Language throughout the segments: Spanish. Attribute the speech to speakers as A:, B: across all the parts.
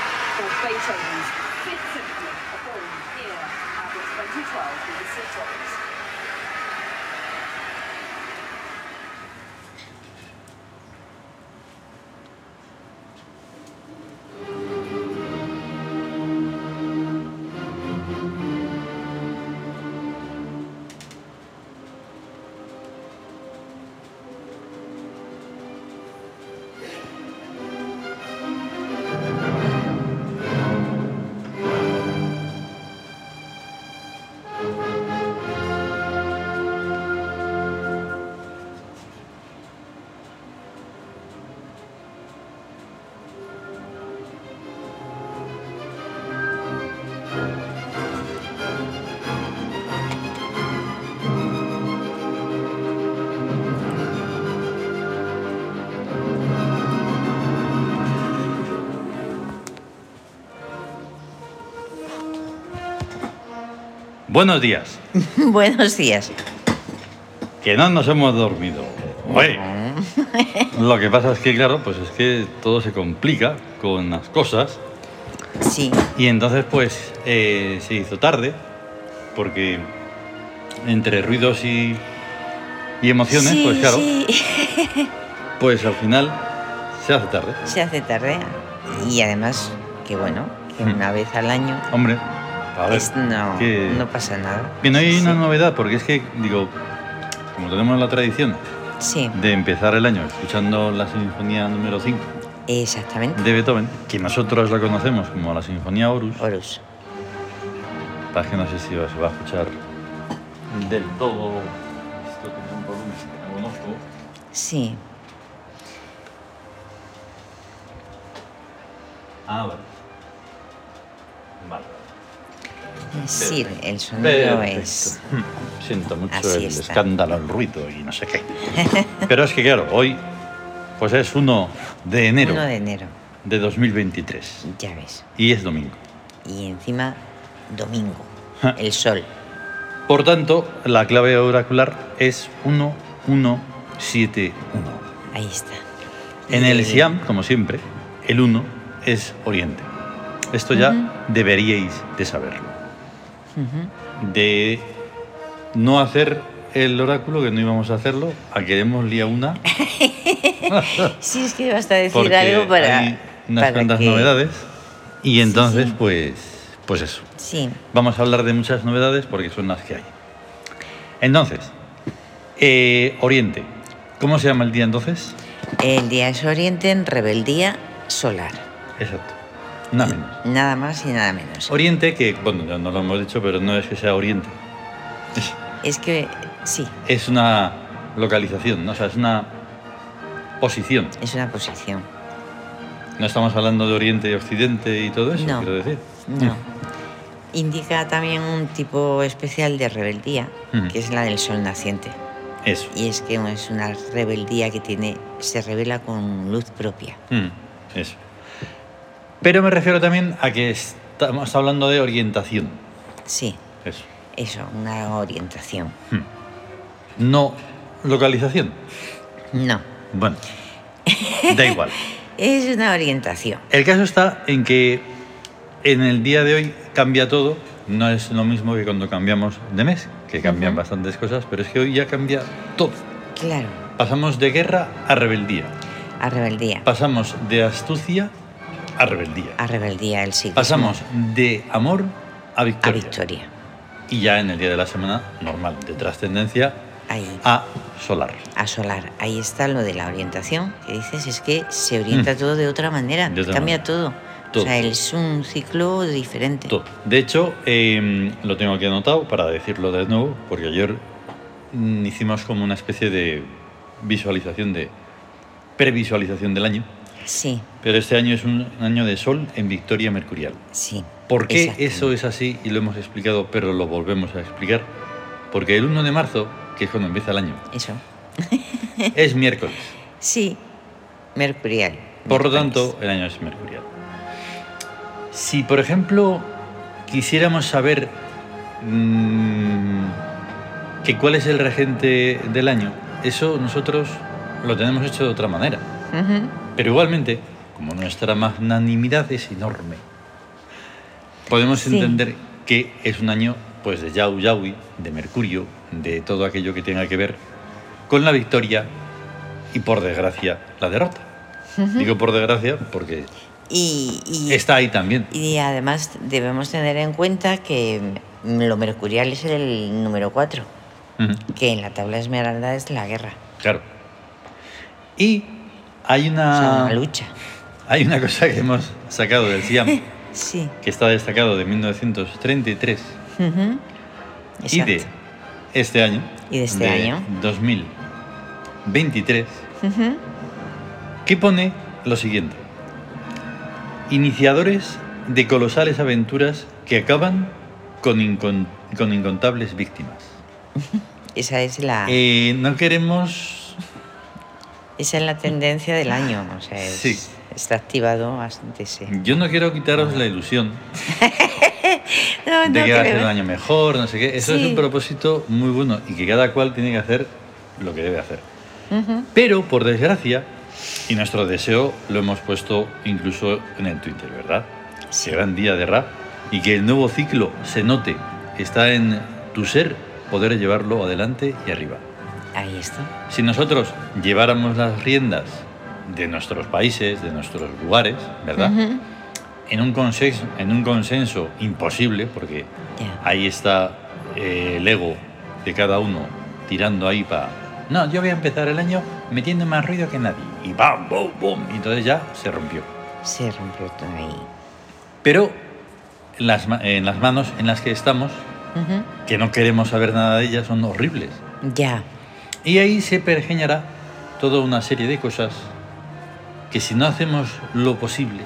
A: away change. Fifth Symphony, a ball here at the 2012 BBC Awards.
B: Buenos días,
C: Buenos días.
B: que no nos hemos dormido. Oye, lo que pasa es que, claro, pues es que todo se complica con las cosas
C: Sí,
B: y entonces pues eh, se hizo tarde porque entre ruidos y, y emociones,
C: sí,
B: pues claro,
C: sí.
B: pues al final se hace tarde.
C: Se hace tarde. Y además, que bueno, que
B: Mm.
C: una vez al año
B: Hombre, a ver,
C: es- no,
B: que-
C: no pasa nada.
B: que no hay
C: Sí,
B: una novedad porque es que, digo, como tenemos la tradición
C: Sí,
B: de empezar el año escuchando la sinfonía número 5
C: exactamente.
B: de Beethoven, que nosotros la conocemos como la Sinfonía Horus,
C: Horus.
B: la que no sé si se va a escuchar del todo. Esto tiene un volumen que no conozco.
C: Sí,
B: Ah, vale. Vale.
C: sí, el sonido
B: Perfecto.
C: es.
B: Siento mucho
C: Así
B: el
C: está.
B: escándalo, el ruido y no sé qué. Pero es que claro, hoy pues es 1 de enero
C: 1 de enero,
B: de 2023
C: ya ves.
B: y es domingo.
C: Y encima, domingo,
B: Ja.
C: el sol.
B: Por tanto, la clave oracular es 1171.
C: Ahí está.
B: En
C: Y-
B: el Siam, como siempre, el 1 es Oriente. Esto ya
C: Ujú.
B: deberíais de saberlo.
C: Ujú.
B: De no hacer el oráculo, que no íbamos a hacerlo, a que hemos liado una.
C: Sí, es que basta decir
B: Porque
C: algo para.
B: hay unas
C: para
B: cuantas
C: que-
B: novedades. Y entonces,
C: sí.
B: pues, pues eso.
C: Sí,
B: Vamos a hablar de muchas novedades porque son las que hay. Entonces, eh, Oriente. ¿Cómo se llama el día entonces?
C: el día es Oriente en rebeldía solar.
B: Exacto. Nada menos.
C: Nada más y nada menos.
B: Oriente, que bueno, ya no lo hemos dicho, pero no es que sea Oriente. Es,
C: Es que sí,
B: es una localización, ¿no? o sea, es una posición.
C: es una posición.
B: No estamos hablando de Oriente y Occidente y todo eso,
C: No.
B: quiero decir. Mm.
C: No. Indica también un tipo especial de rebeldía,
B: Ujú.
C: que es la del sol naciente.
B: Eso.
C: Y es que es una rebeldía que tiene, se revela con luz propia.
B: Mm, eso. Pero me refiero también a que estamos hablando de orientación.
C: Sí,
B: Eso.
C: eso, una orientación.
B: Mm. No localización.
C: No,
B: Bueno, da igual.
C: es una orientación.
B: El caso está en que en el día de hoy cambia todo. No es lo mismo que cuando cambiamos de mes, que cambian
C: Ujú.
B: bastantes cosas, pero es que hoy ya cambia todo.
C: Claro,
B: Pasamos de guerra a rebeldía.
C: a rebeldía.
B: Pasamos de astucia a rebeldía.
C: A rebeldía el sí.
B: Pasamos de amor a
C: a
B: victoria.
C: victoria.
B: Y ya en el día de la semana, normal, de trascendencia
C: Ahí.
B: a solar.
C: a solar. Ahí está lo de la orientación, que dices, es que se orienta
B: Mm.
C: todo de otra manera,
B: De otra
C: cambia
B: manera.
C: todo.
B: Todo.
C: O sea, es un ciclo diferente.
B: Todo. De hecho, eh, lo tengo aquí anotado para decirlo de nuevo, porque ayer mm, hicimos como una especie de visualización de previsualización del año,
C: Sí,
B: pero este año es un año de sol en victoria mercurial.
C: sí.
B: ¿Por qué
C: exacto.
B: eso es así? Y lo hemos explicado, pero lo volvemos a explicar. Porque el 1 de marzo, que es cuando empieza el año,
C: Eso.
B: es miércoles.
C: Sí, mercurial.
B: Por lo
C: miércoles.
B: tanto, el año es mercurial. Si, por ejemplo, quisiéramos saber mm, que cuál es el regente del año, eso nosotros lo tenemos hecho de otra manera.
C: Ujú,
B: Pero igualmente, como nuestra magnanimidad es enorme, podemos
C: Sí.
B: entender que es un año pues de Yau Yaui, de Mercurio, de todo aquello que tenga que ver con la victoria y por desgracia la derrota. Digo por desgracia porque
C: Y, y-
B: está ahí también.
C: y además debemos tener en cuenta que lo mercurial es el número 4,
B: Ujú,
C: que en la tabla esmeralda es la guerra,
B: Claro. Y hay
C: o sea,
B: una,
C: una lucha.
B: hay una cosa que hemos sacado del SIAM
C: Sí.
B: que está destacado de 1933
C: ujú,
B: y de
C: exacto.
B: este año.
C: Y de este año.
B: 2023,
C: Ujú,
B: que pone lo siguiente. Iniciadores de colosales aventuras que acaban con, incon- con incontables víctimas.
C: Esa es la,
B: Eh, no queremos...
C: esa es la tendencia del año, o sea, es-
B: Sí.
C: está activado bastante, sí.
B: Yo no quiero quitaros la ilusión
C: No,
B: de
C: no
B: que va a ser
C: creo.
B: un año mejor, no sé qué. Eso es
C: Sí.
B: un propósito muy bueno y que cada cual tiene que hacer lo que debe hacer.
C: Ujú.
B: Pero, por desgracia, y nuestro deseo lo hemos puesto incluso en el Twitter, ¿verdad? Ese gran día de rap. Y que el nuevo ciclo se note. Está en tu ser poder llevarlo adelante y arriba.
C: Ahí está.
B: Si nosotros lleváramos las riendas de nuestros países, de nuestros lugares, ¿verdad?
C: Ujú,
B: en, un consenso, en un consenso imposible, porque
C: ya.
B: ahí está eh, el ego de cada uno tirando ahí para... No, yo voy a empezar el año metiendo más ruido que nadie. Y ¡bam, bum, bum! Y entonces ya se rompió.
C: Se rompió todo ahí.
B: Pero en las, ma- en las manos en las que estamos,
C: Ujú,
B: que no queremos saber nada de ellas, son horribles.
C: Ya.
B: Y ahí se pergeñará toda una serie de cosas que si no hacemos lo posible,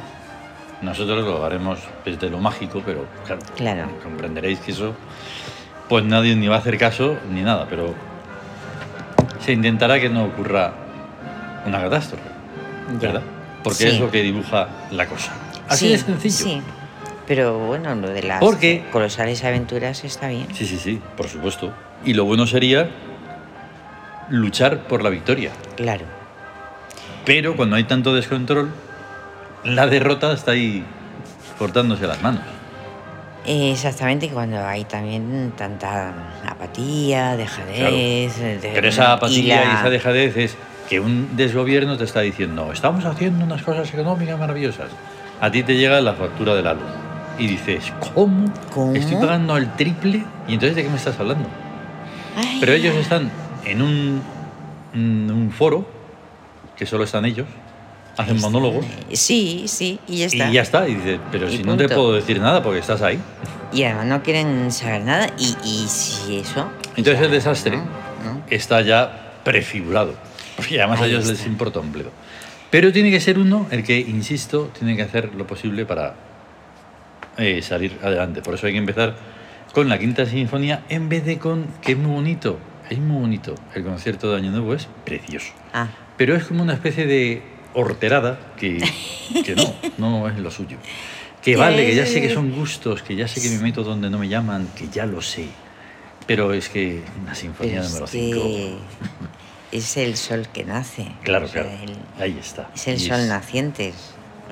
B: nosotros lo haremos desde lo mágico, pero claro,
C: Claro.
B: comprenderéis que eso, pues nadie ni va a hacer caso ni nada, pero se intentará que no ocurra una catástrofe,
C: Ya.
B: ¿verdad? Porque
C: Sí.
B: es lo que dibuja la cosa. Así
C: Sí,
B: de sencillo.
C: Sí. Pero bueno, lo de las
B: Porque-
C: colosales aventuras está bien.
B: sí, sí, sí, por supuesto. Y lo bueno sería luchar por la victoria.
C: Claro.
B: Pero cuando hay tanto descontrol, la derrota está ahí cortándose las manos.
C: Eh, Exactamente, y cuando hay también tanta apatía, dejadez. de-
B: Pero esa apatía y,
C: Eh, la-
B: esa dejadez es que un desgobierno te está diciendo, estamos haciendo unas cosas económicas maravillosas. A ti te llega la factura de la luz y dices, ¿cómo?
C: ¿Cómo?
B: Estoy pagando el triple y entonces de qué me estás hablando.
C: Ay,
B: Pero ellos están en un, en un foro, que solo están ellos, hacen
C: está.
B: monólogos.
C: Sí, sí, y ya está.
B: Y ya está, y dices, pero
C: Y
B: si no te
C: punto.
B: puedo decir nada porque estás ahí.
C: Y además no quieren saber nada. Y, y si eso.
B: Entonces el
C: ya,
B: desastre
C: ¿no? ¿no?
B: está ya prefigurado. Porque además a
C: Ahí
B: ellos
C: está.
B: les importa un bledo. Pero tiene que ser uno el que, insisto, tiene que hacer lo posible para eh, salir adelante. Por eso hay que empezar con la quinta sinfonía en vez de con. que es muy bonito. Es muy bonito. El concierto de Año Nuevo es precioso.
C: Ah,
B: Pero es como una especie de horterada que, que no, no es lo suyo. Que vale, que ya sé que son gustos, que ya sé que me meto donde no me llaman, que ya lo sé. Pero es que una sinfonía
C: pero
B: número
C: es
B: 5.
C: que es el sol que nace.
B: Claro,
C: o sea,
B: claro.
C: el-
B: Ahí está.
C: Es el
B: Y
C: sol naciente.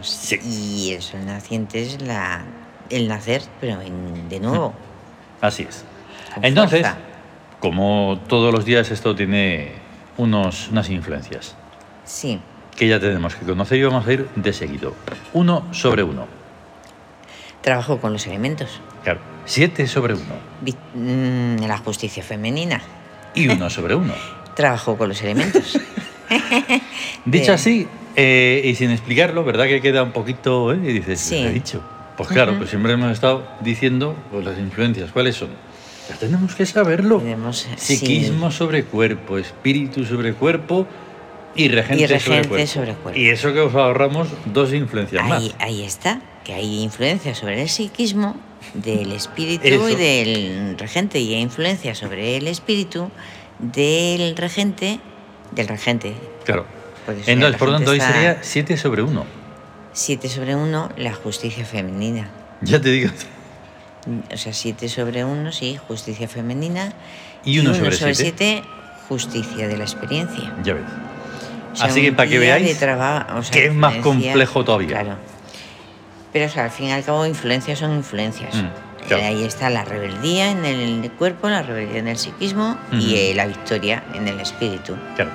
C: O
B: Sí.
C: sea, Y el sol naciente es la, el nacer, pero en- de nuevo.
B: Así es.
C: Con
B: Entonces,
C: fuerza.
B: como todos los días, esto tiene unos, unas influencias
C: Sí.
B: que ya tenemos que conocer y vamos a ir de seguido. Uno sobre uno.
C: Trabajo con los elementos.
B: Claro. Siete sobre uno.
C: Vi- mm, la justicia femenina.
B: Y uno sobre uno.
C: Trabajo con los elementos.
B: Dicho
C: Bien.
B: así, eh, y sin explicarlo, ¿verdad que queda un poquito, eh? Y dices,
C: Sí.
B: "Lo he dicho. Pues claro,
C: Ujú.
B: pues siempre hemos estado diciendo pues, las influencias, ¿cuáles son? Ya tenemos que saberlo.
C: Tenemos, eh, sí.
B: Psiquismo sobre cuerpo, espíritu sobre cuerpo y regente,
C: Y regente
B: sobre, cuerpo.
C: sobre cuerpo.
B: Y eso que os ahorramos dos influencias
C: ahí,
B: más.
C: ahí está, que hay influencia sobre el psiquismo del espíritu
B: Eso.
C: y del regente. Y hay influencia sobre el espíritu del regente. Del regente.
B: Claro.
C: Porque eso ya
B: Entonces,
C: la
B: por lo
C: gente
B: tanto, hoy
C: está-
B: sería 7 sobre 1.
C: 7 sobre 1, la justicia femenina.
B: Ya te digo.
C: O sea, 7 sobre 1, sí, justicia femenina.
B: Y uno
C: uno
B: sobre
C: siete, justicia de la experiencia.
B: Ya ves.
C: O sea,
B: Así que
C: un
B: para que
C: día de
B: veáis
C: traba- o sea,
B: que es más
C: diferencia-
B: complejo todavía.
C: Claro. Pero o sea, al fin y al cabo, influencias son influencias.
B: Mm, claro.
C: Eh, Ahí está la rebeldía en el cuerpo, la rebeldía en el psiquismo
B: Ujú.
C: y eh, la victoria en el espíritu.
B: Claro.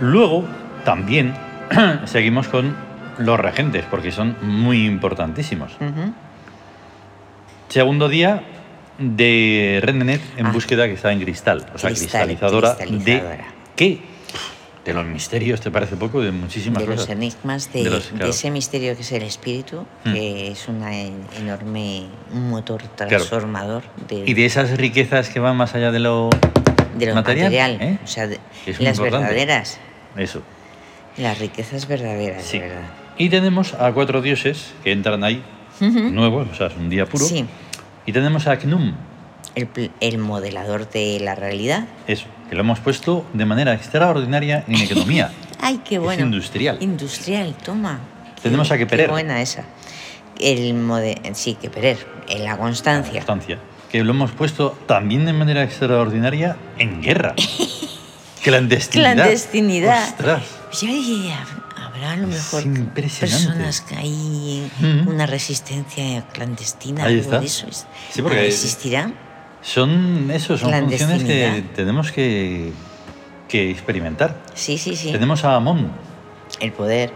B: Luego, también, seguimos con los regentes, porque son muy importantísimos.
C: Ujú.
B: Segundo día de Rendenet en
C: Ah.
B: búsqueda que está en cristal, o sea,
C: Cristal,
B: cristalizadora, de
C: cristalizadora.
B: qué? De los misterios, ¿te parece poco? De muchísimas
C: de los
B: cosas.
C: enigmas, de,
B: De los-
C: de
B: claro.
C: ese misterio que es el espíritu,
B: Mm.
C: que es una en- enorme un motor transformador de,
B: Y de esas riquezas que van más allá de lo...
C: de lo
B: material, ¿eh?
C: O sea, de-
B: Es muy
C: las
B: importante.
C: verdaderas,
B: Eso.
C: las riquezas verdaderas, de verdad.
B: Y tenemos a cuatro dioses que entran ahí,
C: Ujú.
B: nuevos, o sea, es un día Mm. puro.
C: ¿Mm? Sí,
B: Y tenemos a Knum,
C: el, pl- el modelador de la realidad.
B: eso, que lo hemos puesto de manera extraordinaria en economía.
C: Ay, qué
B: Es
C: bueno.
B: industrial.
C: Industrial, toma.
B: Tenemos
C: Qué-
B: a Keperer.
C: Qué buena esa. El mode... Sí, que perer. En la constancia.
B: Constancia. Que lo hemos puesto también de manera extraordinaria en guerra. Clandestinidad.
C: Clandestinidad.
B: Ostras.
C: Pues Ya, ya, ya, habrá a lo
B: Es
C: mejor
B: impresionante.
C: personas que hay
B: Ujú.
C: una resistencia clandestina.
B: Ahí
C: algo
B: está.
C: de eso es-
B: Sí, porque-
C: ¿Existirá?
B: Son eso, son funciones que
C: Clandestinidad.
B: tenemos que, que experimentar.
C: Sí, sí, sí.
B: Tenemos a Amón.
C: El poder.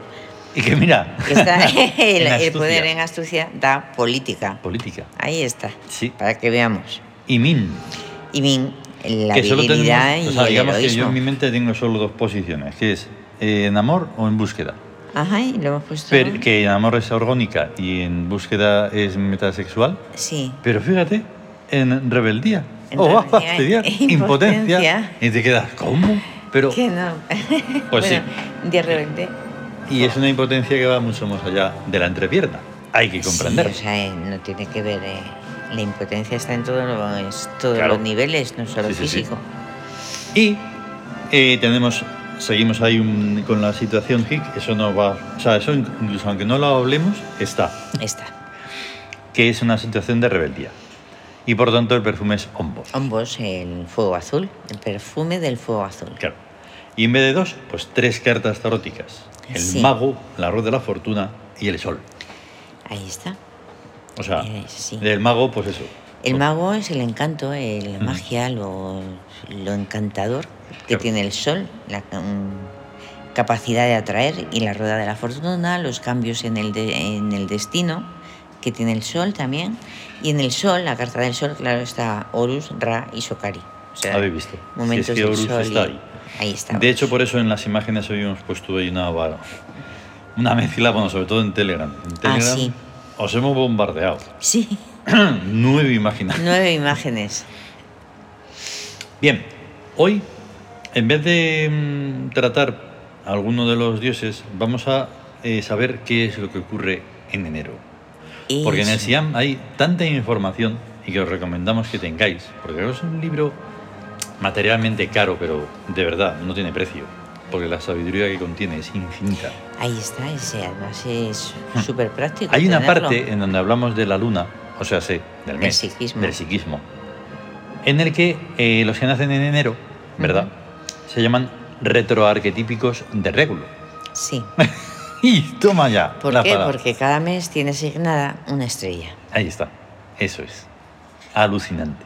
B: Y que mira.
C: que está- el,
B: en
C: el
B: astucia.
C: poder en astucia da política.
B: Política.
C: Ahí está.
B: Sí.
C: Para que veamos.
B: Y Min.
C: Y bien, la
B: que solo tenemos.
C: virilidad
B: o sea,
C: y el
B: digamos que yo
C: heroísmo.
B: en mi mente tengo solo dos posiciones: que es eh, en amor o en búsqueda.
C: Ajá, y lo hemos puesto.
B: Pero, que en amor es orgánica y en búsqueda es metasexual.
C: Sí.
B: Pero fíjate, en rebeldía.
C: En
B: o vas a
C: rebeldía,
B: fastidiar,
C: en
B: impotencia.
C: impotencia.
B: Y te quedas, ¿cómo? Pero,
C: Que no.
B: Pues sí.
C: bueno, De repente.
B: y es una impotencia que va mucho más allá de la entrepierna. Hay que comprender.
C: Sí, o sea, eh, no tiene que ver. eh, La impotencia está en todos los, todos
B: Claro.
C: los niveles, no solo
B: Sí, sí, sí.
C: físico.
B: Y eh, tenemos, seguimos ahí un- con la situación hic, eso no va, o sea, eso incluso aunque no lo hablemos, está,
C: Está.
B: que es una situación de rebeldía. Y por tanto el perfume es hombos.
C: Ambos, el fuego azul, el perfume del fuego azul.
B: Claro. Y en vez de dos, pues tres cartas taróticas. El
C: Sí.
B: mago, la rueda de la fortuna y el sol.
C: Ahí está.
B: O sea,
C: Eh, sí.
B: del mago, pues eso.
C: El mago es el encanto, el- la
B: Mm.
C: magia, lo, lo encantador que
B: Claro.
C: tiene el sol, la ca- mm, capacidad de atraer y la rueda de la fortuna, los cambios en el, de- en el destino que tiene el sol también. Y en el sol, la carta del sol, claro, está Horus, Ra y Sokari. O sea,
B: Habéis visto. Si es
C: Momentos
B: que
C: del
B: Horus
C: sol
B: está
C: y-
B: ahí.
C: Ahí está.
B: De hecho,
C: Horus.
B: por eso en las imágenes habíamos puesto ahí una, va- una mezcla, bueno, sobre todo en Telegram. En Telegram
C: Ah, sí.
B: os hemos bombardeado.
C: Sí,
B: Nueve imágenes.
C: nueve imágenes.
B: Bien, hoy, en vez de mm, tratar a alguno de los dioses, vamos a eh, saber qué es lo que ocurre en enero. Porque en el
C: Eso.
B: SIAM hay tanta información y que os recomendamos que tengáis. Porque es un libro materialmente caro, pero de verdad no tiene precio. Porque la sabiduría que contiene es infinita.
C: Ahí está, ese además es súper práctico.
B: Hay una
C: tenerlo.
B: parte en donde hablamos de la luna, o sea, sí, del
C: Del
B: mes,
C: psiquismo.
B: del psiquismo, en el que eh, los que nacen en enero, ¿verdad? Se llaman retroarquetípicos de régulo.
C: Sí.
B: Y toma ya.
C: ¿Por
B: la
C: qué?
B: palabra.
C: Porque cada mes tiene asignada una estrella.
B: Ahí está. Eso es. Alucinante.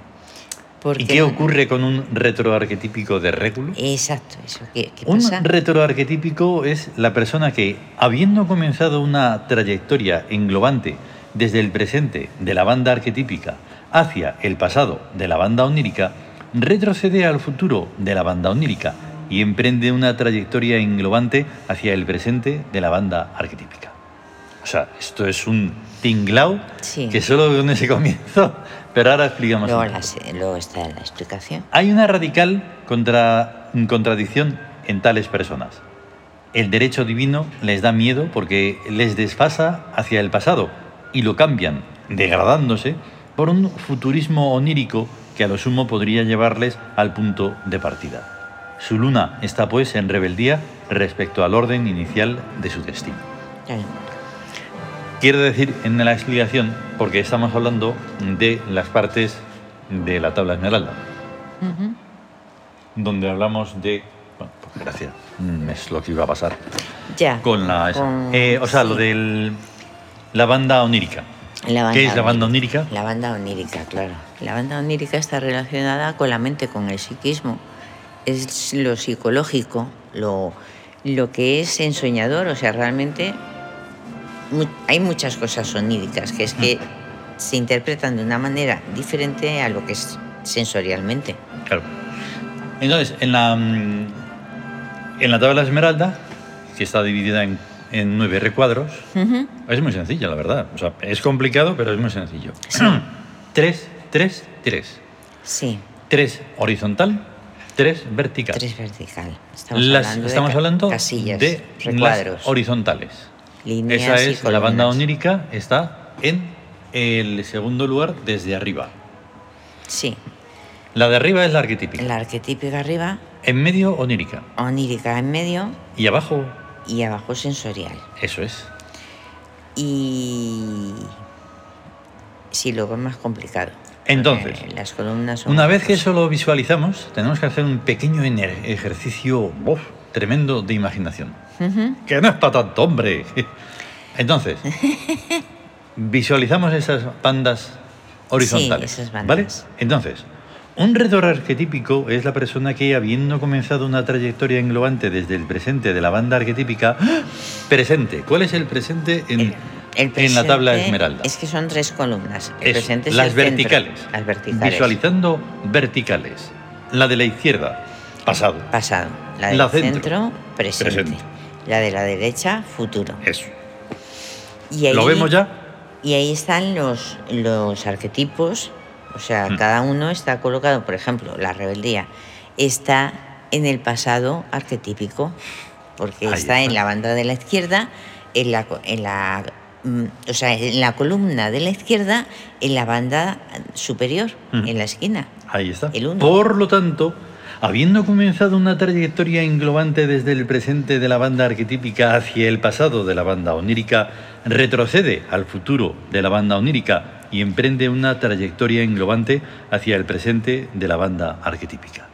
C: Porque
B: ¿Y qué ocurre con un retroarquetípico de régulo?
C: Exacto, eso. ¿Qué, qué
B: Un
C: pasa?
B: retroarquetípico es la persona que, habiendo comenzado una trayectoria englobante desde el presente de la banda arquetípica hacia el pasado de la banda onírica, retrocede al futuro de la banda onírica y emprende una trayectoria englobante hacia el presente de la banda arquetípica. O sea, esto es un tinglao
C: Sí.
B: que solo con ese comienzo, pero ahora explicamos.
C: Luego,
B: un poco.
C: las- luego está la explicación.
B: Hay una radical contra- contradicción en tales personas. El derecho divino les da miedo porque les desfasa hacia el pasado y lo cambian, degradándose, por un futurismo onírico que a lo sumo podría llevarles al punto de partida. Su luna está pues en rebeldía respecto al orden inicial de su destino.
C: Claro.
B: Quiero decir en la explicación, porque estamos hablando de las partes de la tabla esmeralda
C: Ujú.
B: donde hablamos de. Bueno, pues gracias. Mm, Es lo que iba a pasar.
C: Ya.
B: Con la. esa.
C: con-
B: Eh, o sea, lo
C: sí.
B: del. la banda onírica.
C: La banda
B: ¿Qué es la banda onírica?
C: La banda onírica, claro. La banda onírica está relacionada con la mente, con el psiquismo. Es lo psicológico, lo, lo que es ensoñador, o sea, realmente mu- hay muchas cosas oníricas que es que se interpretan de una manera diferente a lo que es sensorialmente.
B: Claro. Entonces, en la, mm, en la tabla esmeralda, que está dividida en, en nueve recuadros,
C: Ujú.
B: es muy sencilla, la verdad. O sea, es complicado, pero es muy sencillo. tres, tres, tres.
C: Sí,
B: Tres horizontal, tres vertical.
C: tres vertical. Estamos
B: Las-
C: hablando, de
B: estamos
C: ca-
B: hablando
C: casillas,
B: de
C: recuadros,
B: las horizontales.
C: líneas
B: Esa
C: y
B: es la banda
C: columnas.
B: onírica, está en el segundo lugar desde arriba.
C: Sí,
B: La de arriba es la arquetípica.
C: la arquetípica arriba,
B: En medio, onírica.
C: onírica en medio
B: Y abajo,
C: y abajo sensorial.
B: eso es.
C: Y sí, luego es más complicado.
B: Entonces,
C: porque las columnas son
B: Una
C: más
B: vez que
C: cosas.
B: eso lo visualizamos, tenemos que hacer un pequeño ener- ejercicio uf, tremendo de imaginación.
C: Ujú,
B: Que no es para tanto, hombre. Entonces, visualizamos esas bandas horizontales.
C: Sí, esas bandas.
B: ¿Vale? Entonces, un redor arquetípico es la persona que, habiendo comenzado una trayectoria englobante desde el presente de la banda arquetípica, ¡ah! presente. ¿Cuál es el presente en,
C: el
B: en la tabla
C: presente
B: esmeralda?
C: Es que son tres columnas. El
B: Eso,
C: presente es
B: las
C: el centro,
B: verticales.
C: las verticales.
B: Visualizando verticales. La de la izquierda, pasado.
C: Pasado. La del
B: La centro,
C: centro, presente.
B: presente.
C: La de la derecha, futuro.
B: Eso.
C: Y
B: ¿Lo
C: ahí-
B: vemos ya?
C: Y ahí están los, los arquetipos, o sea,
B: Mm.
C: cada uno está colocado, por ejemplo, la rebeldía está en el pasado arquetípico, porque
B: Ahí está.
C: está, en la banda de la izquierda, en la, co- en la, mm, o sea, en la columna de la izquierda, en la banda superior,
B: Ujú.
C: en la esquina.
B: Ahí está.
C: El uno.
B: Por lo tanto, habiendo comenzado una trayectoria englobante desde el presente de la banda arquetípica hacia el pasado de la banda onírica, retrocede al futuro de la banda onírica y emprende una trayectoria englobante hacia el presente de la banda arquetípica.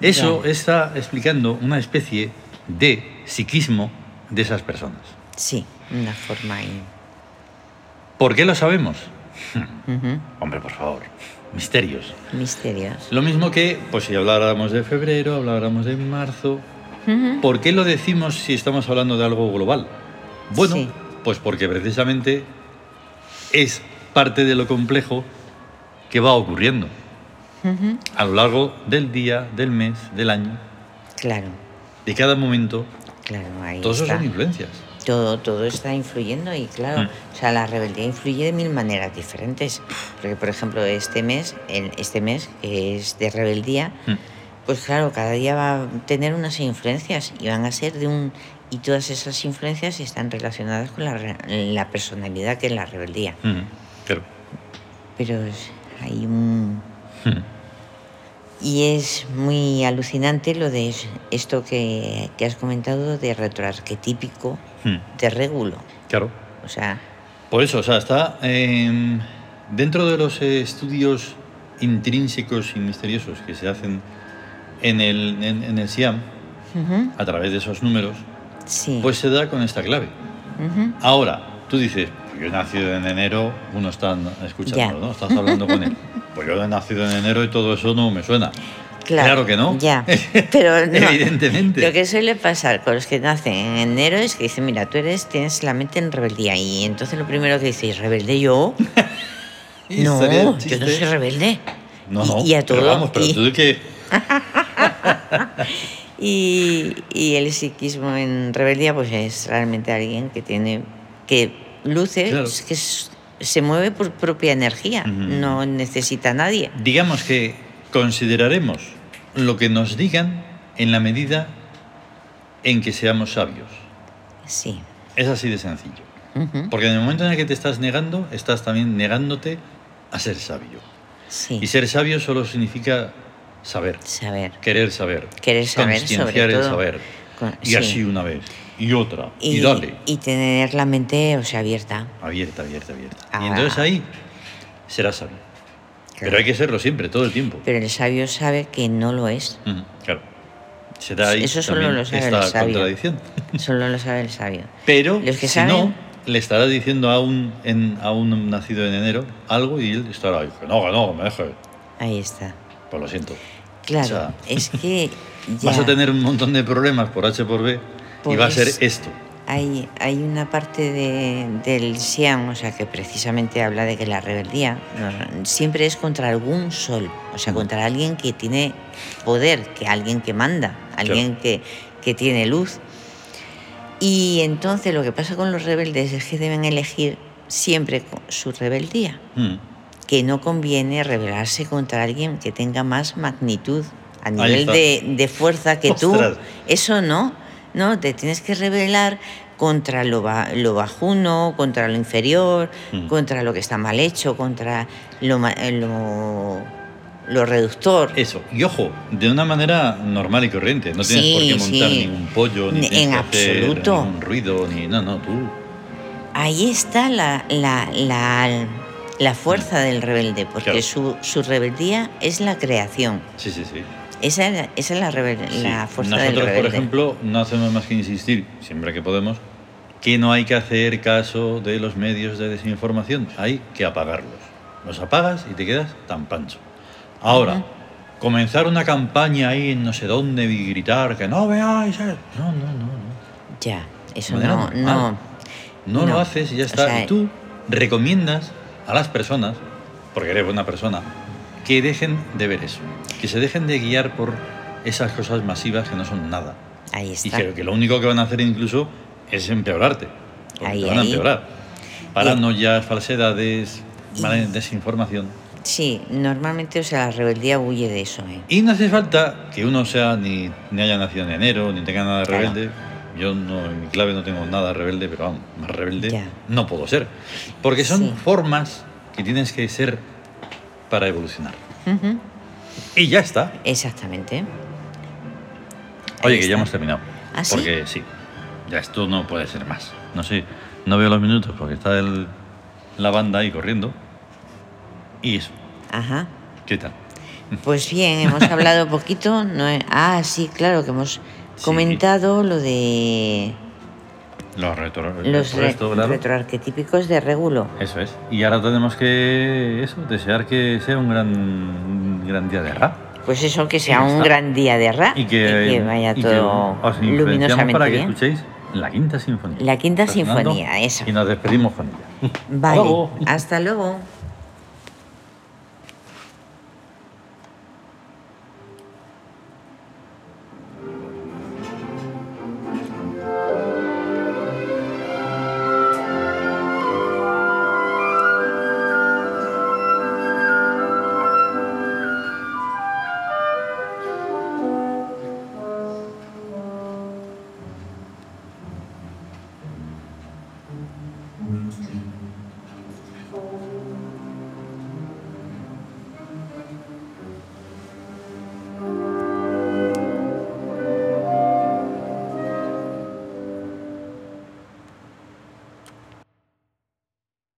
B: Eso
C: Ya.
B: está explicando una especie de psiquismo de esas personas.
C: Sí, una forma ahí.
B: ¿Por qué lo sabemos?
C: Ujú.
B: Hombre, por favor, misterios.
C: Misterios.
B: Lo mismo que, pues si habláramos de febrero, habláramos de marzo,
C: Ujú.
B: ¿por qué lo decimos si estamos hablando de algo global? Bueno,
C: Sí.
B: pues porque precisamente es parte de lo complejo que va ocurriendo
C: Ujú.
B: a lo largo del día, del mes, del año,
C: Claro,
B: de cada momento.
C: claro, ahí
B: Todo eso
C: está.
B: son influencias.
C: Todo, todo está influyendo y claro,
B: Mm.
C: o sea, la rebeldía influye de mil maneras diferentes. Porque, por ejemplo, este mes, en este mes que es de rebeldía,
B: Mm.
C: pues claro, cada día va a tener unas influencias y van a ser de un... Y todas esas influencias están relacionadas con la, re- la personalidad que es la rebeldía.
B: Mm, Claro.
C: Pero es- hay un...
B: Mm.
C: Y es muy alucinante lo de es- esto que, que has comentado de retroarquetípico,
B: Mm.
C: de regulo.
B: Claro.
C: O sea,
B: Por eso, o sea, está eh, dentro de los eh, estudios intrínsecos y misteriosos que se hacen en el, en, en el SIAM,
C: ujú,
B: a través de esos números,
C: sí.
B: pues se da con esta clave.
C: ujú.
B: Ahora, tú dices, pues yo he nacido en enero, uno está escuchándolo,
C: Ya.
B: ¿no? Estás hablando con él. Pues yo he nacido en enero y todo eso no me suena. Claro que no.
C: Ya. Pero no.
B: Evidentemente.
C: Lo que suele pasar con los que nacen en enero es que dicen, mira, tú eres, tienes la mente en rebeldía. Y entonces lo primero que dices, ¿rebelde yo? no,
B: Historia del
C: yo no
B: chiste.
C: soy rebelde.
B: No,
C: y,
B: no,
C: y a todo.
B: Pero vamos, pero
C: y,
B: tú que...
C: y- y el psiquismo en rebeldía, pues es realmente alguien que tiene, que luce,
B: Claro.
C: es que es- se mueve por propia energía,
B: Ujú.
C: no necesita a nadie.
B: digamos que consideraremos lo que nos digan en la medida en que seamos sabios.
C: Sí.
B: Es así de sencillo.
C: Ujú.
B: Porque en el momento en el que te estás negando, estás también negándote a ser sabio.
C: Sí.
B: Y ser sabio solo significa saber,
C: Saber.
B: querer saber,
C: Querer saber,
B: concienciar
C: sobre
B: el
C: todo.
B: saber.
C: Con-
B: Y
C: sí.
B: así una vez, y otra, y,
C: y,
B: dale.
C: y tener la mente o sea, abierta.
B: Abierta, abierta, abierta. Y
C: Ah.
B: entonces ahí serás sabio. Pero
C: Claro.
B: hay que serlo siempre, todo el tiempo.
C: Pero el sabio sabe que no lo es.
B: Ujú, Claro. Se da ahí
C: Eso solo
B: también
C: lo sabe el
B: esta
C: sabio.
B: contradicción.
C: Solo lo sabe el sabio.
B: Pero
C: Los que
B: si
C: saben-
B: no, le estará diciendo a un, en- a un nacido en enero algo y él estará ahí, que no, que no, que me deje.
C: Ahí está.
B: Pues lo siento.
C: Claro,
B: sea,
C: es que ya Pues
B: Vas a tener un montón de problemas por H por B y
C: Por
B: va a ser
C: eso.
B: esto.
C: hay, hay una parte de- del Siam, o sea, que precisamente habla de que la rebeldía no, siempre es contra algún sol, o sea,
B: Mm.
C: contra alguien que tiene poder, que alguien que manda, alguien que, que tiene luz. Y entonces lo que pasa con los rebeldes es que deben elegir siempre co- su rebeldía,
B: Mm.
C: que no conviene rebelarse contra alguien que tenga más magnitud
B: está.
C: a nivel de, de fuerza que tú.
B: Ostras.
C: Eso no, no, te tienes que rebelar contra lo, ba- lo bajuno, contra lo inferior,
B: Mm.
C: contra lo que está mal hecho, contra lo, ma- eh, lo, lo reductor.
B: Eso. Y ojo, de una manera normal y corriente. No tienes
C: Sí,
B: por qué montar
C: sí.
B: ningún pollo, ni
C: En
B: tienes que hacer
C: absoluto.
B: ningún ruido, ni. No, no, tú.
C: Ahí está la, la, la, la fuerza del rebelde, porque
B: Mm. Claro.
C: su, su rebeldía es la creación.
B: Sí, sí, sí.
C: Esa es la, esa es la, rebel-
B: Sí.
C: la fuerza del
B: Nosotros,
C: rebelde.
B: por ejemplo, no hacemos más que insistir, siempre que podemos, que no hay que hacer caso de los medios de desinformación. Hay que apagarlos. Los apagas y te quedas tan pancho. Ahora,
C: Ujú.
B: comenzar una campaña ahí en no sé dónde y gritar que no veáis. eh". No, no, no, no.
C: Ya, eso
B: Manera
C: no,
B: normal.
C: no.
B: No,
C: No.
B: lo haces y ya
C: O
B: está.
C: sea,
B: y tú recomiendas a las personas, porque eres buena persona, que dejen de ver eso. Que se dejen de guiar por esas cosas masivas que no son nada.
C: Ahí
B: Y
C: está.
B: creo que lo único que van a hacer incluso es empeorarte. porque
C: Ahí,
B: te van a
C: ahí.
B: empeorar. Paranoias, falsedades,
C: Y-
B: mala- desinformación.
C: Sí, normalmente, o sea, la rebeldía huye de eso, ¿eh?
B: Y no hace falta que uno sea ni, ni haya nacido en enero, ni tenga nada de
C: Claro.
B: rebelde. Yo no, en mi clave no tengo nada rebelde, pero vamos, más rebelde
C: Ya.
B: no puedo ser. Porque son
C: Sí.
B: formas que tienes que ser para evolucionar.
C: Ujú,
B: Y ya está.
C: Exactamente.
B: Oye,
C: Ahí
B: que ya
C: está.
B: hemos terminado.
C: ¿Ah, sí?
B: porque sí? ya esto no puede ser más. No sé, no veo los minutos porque está el- la banda ahí corriendo. Y eso,
C: Ajá.
B: ¿qué tal?
C: Pues bien, hemos hablado poquito. No he- Ah, sí, claro, que hemos
B: Sí.
C: comentado lo de
B: Los retro...
C: los
B: el
C: re-
B: resto, claro.
C: retroarquetípicos de Regulo.
B: Eso es. Y ahora tenemos que, eso, desear que sea un gran, un gran día de rap.
C: Pues eso, que sea
B: ya
C: un
B: está.
C: gran día de Ra
B: Y que,
C: Ah, vaya
B: y que
C: todo
B: os influenciamos
C: luminosamente
B: para que
C: bien.
B: escuchéis la quinta sinfonía.
C: La Quinta
B: Fernando,
C: Sinfonía, eso.
B: Y nos despedimos con ella.
C: Vale,
B: luego.
C: hasta luego.